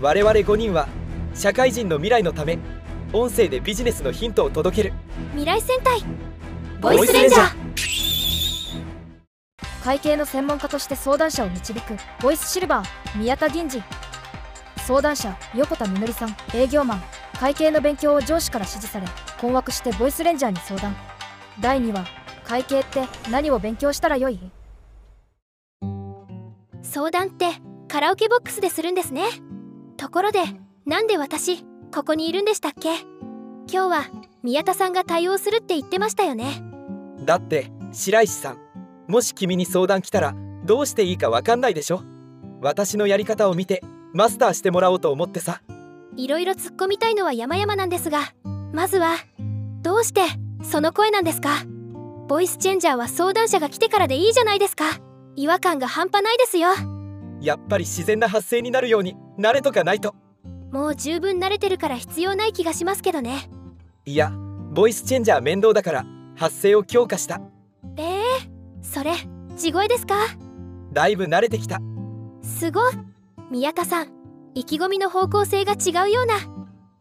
我々5人は社会人の未来のため音声でビジネスのヒントを届ける未来戦隊ボイスレンジャー会計の専門家として相談者を導くボイスシルバー宮田銀次相談者横田みのりさん営業マン会計の勉強を上司から指示され困惑してボイスレンジャーに相談第2話会計って何を勉強したらよい相談ってカラオケボックスでするんですねところでなんで私ここにいるんでしたっけ今日は宮田さんが対応するって言ってましたよねだって白石さんもし君に相談来たらどうしていいかわかんないでしょ私のやり方を見てマスターしてもらおうと思ってさいろいろ突っ込みたいのは山々なんですがまずはどうしてその声なんですかボイスチェンジャーは相談者が来てからでいいじゃないですか違和感が半端ないですよやっぱり自然な発声になるように慣れとかないともう十分慣れてるから必要ない気がしますけどねいやボイスチェンジャー面倒だから発声を強化したえー、それ地声ですかだいぶ慣れてきたすごっ宮田さん意気込みの方向性が違うような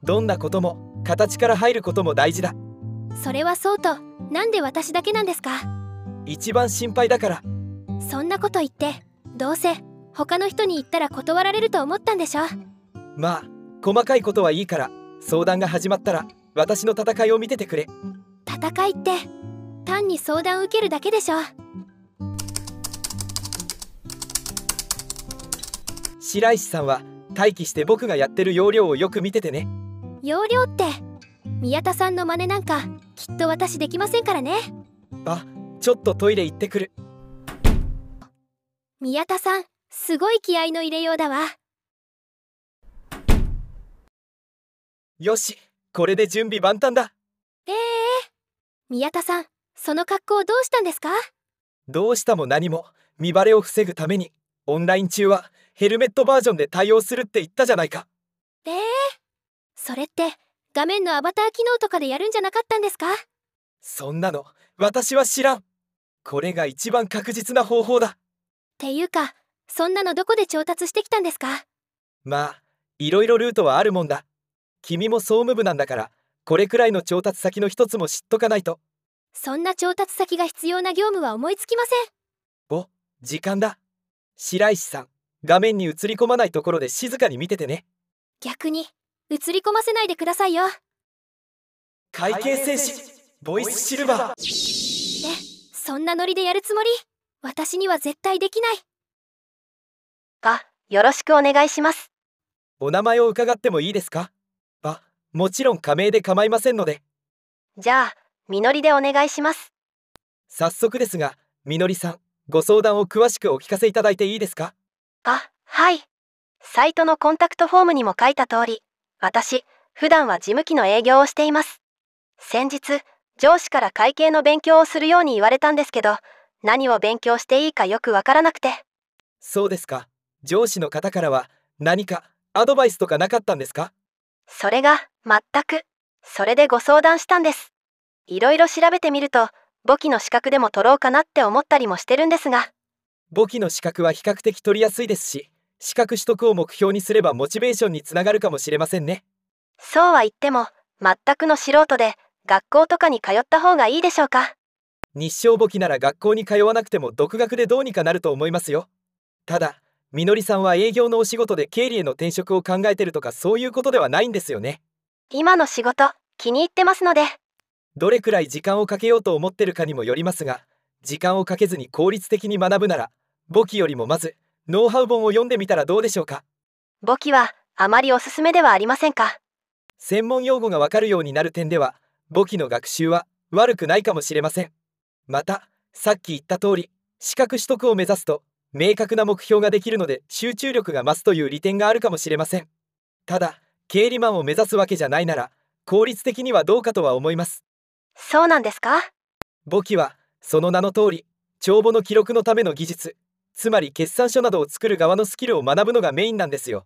どんなことも形から入ることも大事だそれはそうとなんで私だけなんですか一番心配だからそんなこと言ってどうせ他の人に言ったら断られると思ったんでしょまあ細かいことはいいから相談が始まったら私の戦いを見ててくれ戦いって単に相談受けるだけでしょ白石さんは待機して僕がやってる要領をよく見ててね要領って宮田さんの真似なんかきっと私できませんからねあちょっとトイレ行ってくる宮田さんすごい気合の入れようだわよしこれで準備万端だええ宮田さんその格好どうしたんですかどうしたも何も見バレを防ぐためにオンライン中はヘルメットバージョンで対応するって言ったじゃないかええそれって画面のアバター機能とかでやるんじゃなかったんですかそんなの私は知らんこれが一番確実な方法だていうかそんなのどこで調達してきたんですかまあいろいろルートはあるもんだ君も総務部なんだからこれくらいの調達先の一つも知っとかないとそんな調達先が必要な業務は思いつきません時間だ白石さん画面に映り込まないところで静かに見ててね逆に映り込ませないでくださいよ会計戦士ボイスシルバーそんなノリでやるつもり私には絶対できないが、よろしくお願いします。お名前を伺ってもいいですかあもちろん仮名で構いませんのでじゃあ、みのりでお願いします。早速ですがみのりさんご相談を詳しくお聞かせいただいていいですかあ、はい。サイトのコンタクトフォームにも書いた通り、私、普段は事務機の営業をしています。先日、上司から会計の勉強をするように言われたんですけど、何を勉強していいかよくわからなくて。そうですか上司の方からは何かアドバイスとかなかったんですかそれが、全く。それでご相談したんです。いろいろ調べてみると、簿記の資格でも取ろうかなって思ったりもしてるんですが、簿記の資格は比較的取りやすいですし資格取得を目標にすればモチベーションにつながるかもしれませんねそうは言っても、全くの素人で、学校とかに通った方がいいでしょうか。日照簿記なら学校に通わなくても独学でどうにかなると思いますよただみのりさんは営業のお仕事で経理への転職を考えてるとかそういうことではないんですよね今の仕事、気に入ってますので、どれくらい時間をかけようと思ってるかにもよりますが時間をかけずに効率的に学ぶなら簿記よりもまずノウハウ本を読んでみたらどうでしょうか簿記はあまりおすすめではありませんか。専門用語がわかるようになる点では簿記の学習は悪くないかもしれませんまたさっき言った通り資格取得を目指すと明確な目標ができるので集中力が増すという利点があるかもしれませんただ経理マンを目指すわけじゃないなら効率的にはどうかとは思いますそうなんですか簿記はその名の通り帳簿の記録のための技術つまり決算書などを作る側のスキルを学ぶのがメインなんですよ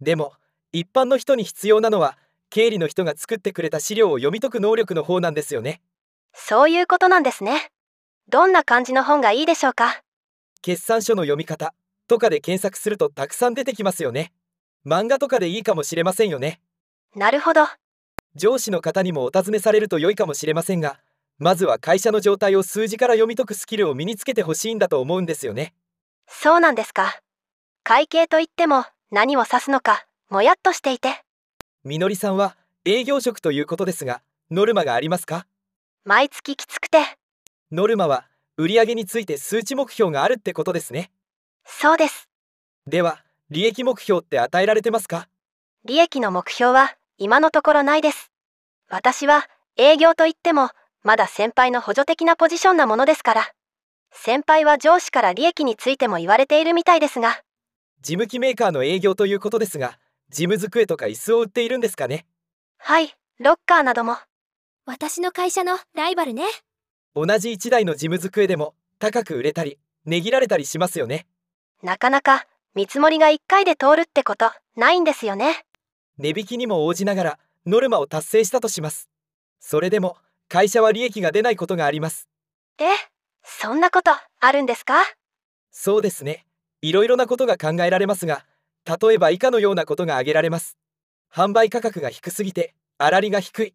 でも一般の人に必要なのは経理の人が作ってくれた資料を読み解く能力の方なんですよねそういうことなんですね。どんな感じの本がいいでしょうか。決算書の読み方とかで検索するとたくさん出てきますよね漫画とかでいいかもしれませんよねなるほど。上司の方にもお尋ねされると良いかもしれませんがまずは会社の状態を数字から読み解くスキルを身につけてほしいんだと思うんですよねそうなんですか。会計といっても何を指すのかもやっとしていて、みのりさんは営業職ということですがノルマがありますか毎月きつくて、ノルマは売上について数値目標があるってことですねそうです。では利益目標って与えられてますか利益の目標は今のところないです。私は営業といってもまだ先輩の補助的なポジションなものですから。先輩は上司から利益についても言われているみたいですが、事務機メーカーの営業ということですが事務机とか椅子を売っているんですかねはい、ロッカーなども。私の会社のライバルね同じ1台の事務机でも高く売れたり値切られたりしますよねなかなか見積もりが1回で通るってことないんですよね値引きにも応じながらノルマを達成したとしますそれでも会社は利益が出ないことがありますえそんなことあるんですかそうですねいろいろなことが考えられますが例えば以下のようなことが挙げられます販売価格が低すぎて粗利が低い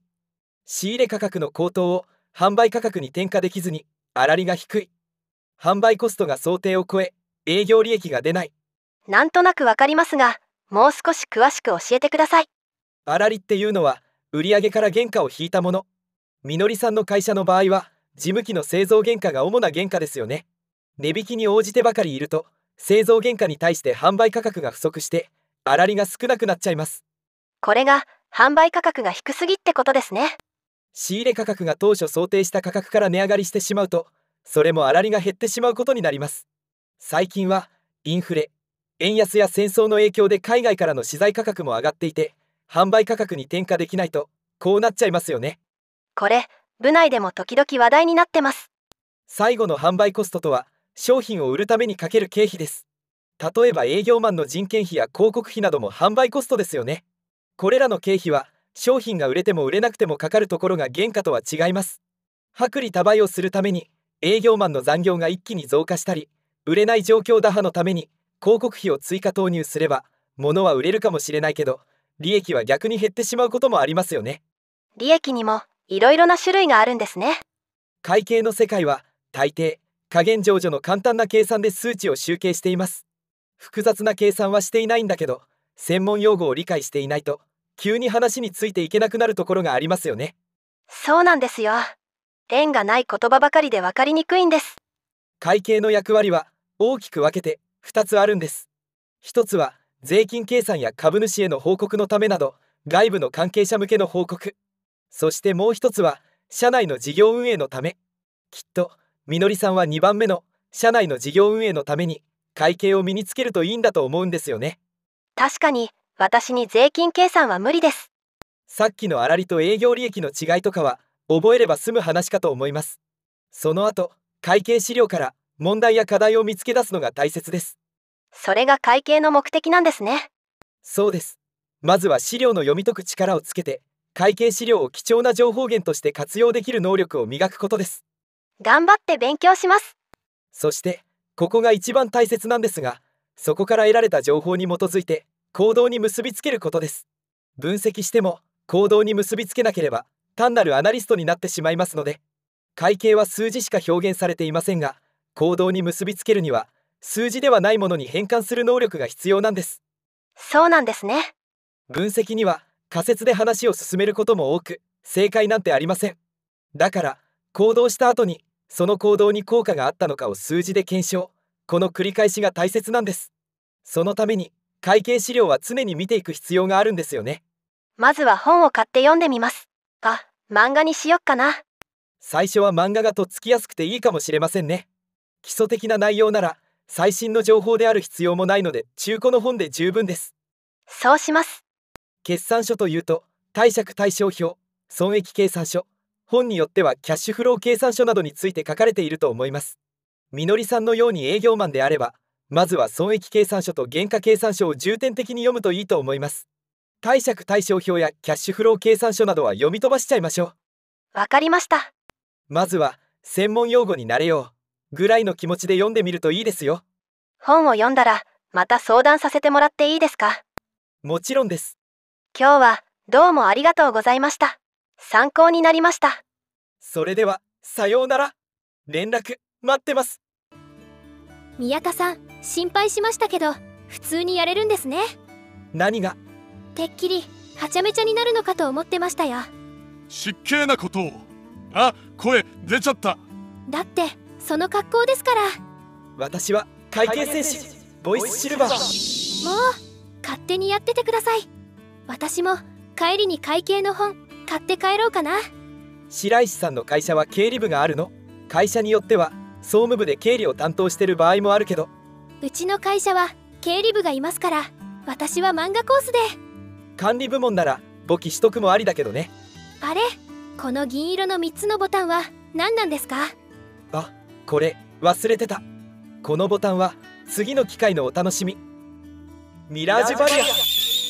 仕入れ価格の高騰を販売価格に転嫁できずに粗利が低い販売コストが想定を超え営業利益が出ないなんとなくわかりますがもう少し詳しく教えてください粗利っていうのは売上から原価を引いたものみのりさんの会社の場合は事務機の製造原価が主な原価ですよね値引きに応じてばかりいると製造原価に対して販売価格が不足して粗利が少なくなっちゃいますこれが販売価格が低すぎってことですね仕入れ価格が当初想定した価格から値上がりしてしまうとそれも粗利が減ってしまうことになります最近はインフレ円安や戦争の影響で海外からの資材価格も上がっていて販売価格に転嫁できないとこうなっちゃいますよねこれ部内でも時々話題になってます最後の販売コストとは商品を売るためにかける経費です例えば営業マンの人件費や広告費なども販売コストですよねこれらの経費は商品が売れても売れなくてもかかるところが原価とは違います薄利多売をするために営業マンの残業が一気に増加したり売れない状況打破のために広告費を追加投入すれば物は売れるかもしれないけど利益は逆に減ってしまうこともありますよね利益にもいろいろな種類があるんですね会計の世界は大抵加減上場の簡単な計算で数値を集計しています複雑な計算はしていないんだけど専門用語を理解していないと急に話についていけなくなるところがありますよねそうなんですよ縁がない言葉ばかりで分かりにくいんです会計の役割は大きく分けて2つあるんです一つは税金計算や株主への報告のためなど外部の関係者向けの報告そしてもう一つは社内の事業運営のためきっとみのりさんは2番目の社内の事業運営のために会計を身につけるといいんだと思うんですよね確かに私に税金計算は無理ですさっきの粗利と営業利益の違いとかは覚えれば済む話かと思いますその後会計資料から問題や課題を見つけ出すのが大切ですそれが会計の目的なんですねそうですまずは資料の読み解く力をつけて会計資料を貴重な情報源として活用できる能力を磨くことです頑張って勉強しますそしてここが一番大切なんですがそこから得られた情報に基づいて行動に結びつけることです分析しても行動に結びつけなければ単なるアナリストになってしまいますので会計は数字しか表現されていませんが行動に結びつけるには数字ではないものに変換する能力が必要なんですそうなんですね分析には仮説で話を進めることも多く正解なんてありませんだから行動した後にその行動に効果があったのかを数字で検証この繰り返しが大切なんですそのために会計資料は常に見ていく必要があるんですよねまずは本を買って読んでみますあ漫画にしよっかな最初は漫画がとっつきやすくていいかもしれませんね基礎的な内容なら最新の情報である必要もないので中古の本で十分ですそうします決算書というと貸借対照表損益計算書本によってはキャッシュフロー計算書などについて書かれていると思いますみのりさんのように営業マンであればまずは損益計算書と原価計算書を重点的に読むといいと思います貸借対照表やキャッシュフロー計算書などは読み飛ばしちゃいましょうわかりましたまずは専門用語になれようぐらいの気持ちで読んでみるといいですよ本を読んだらまた相談させてもらっていいですかもちろんです今日はどうもありがとうございました。参考になりました。それではさようなら連絡待ってます宮田さん心配しましたけど普通にやれるんですね何がてっきりはちゃめちゃになるのかと思ってましたよ失敬なことをあ声出ちゃっただってその格好ですから私は会計戦士ボイスシルバーもう勝手にやっててください私も帰りに会計の本買って帰ろうかな白石さんの会社は経理部があるの会社によっては総務部で経理を担当してる場合もあるけどうちの会社は経理部がいますから私は漫画コースで管理部門なら簿記取得もありだけどねあれこの銀色の3つのボタンは何なんですかあこれ忘れてたこのボタンは次の機会のお楽しみミラージュバリア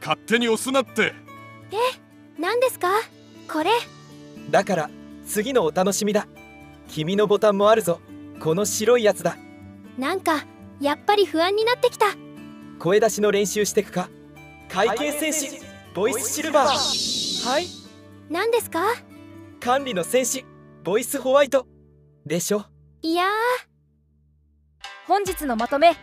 勝手に押すなって何ですかこれだから次のお楽しみだ君のボタンもあるぞこの白いやつだなんかやっぱり不安になってきた声出しの練習してくか会計戦士ボイスシルバーはい何ですか管理の戦士ボイスホワイトでしょいやー本日のまとめ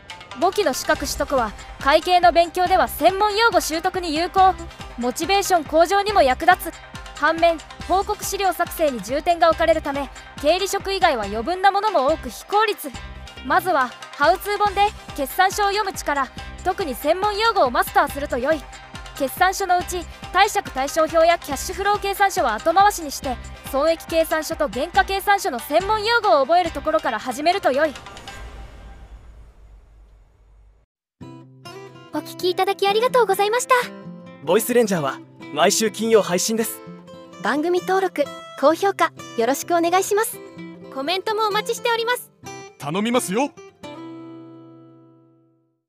簿記の資格取得は会計の勉強では専門用語習得に有効モチベーション向上にも役立つ反面報告資料作成に重点が置かれるため経理職以外は余分なものも多く非効率まずはハウツー本で決算書を読む力特に専門用語をマスターすると良い決算書のうち貸借対照表やキャッシュフロー計算書は後回しにして損益計算書と原価計算書の専門用語を覚えるところから始めると良いお聞きいただきありがとうございましたボイスレンジャーは毎週金曜配信です番組登録、高評価よろしくお願いします。コメントもお待ちしております頼みますよ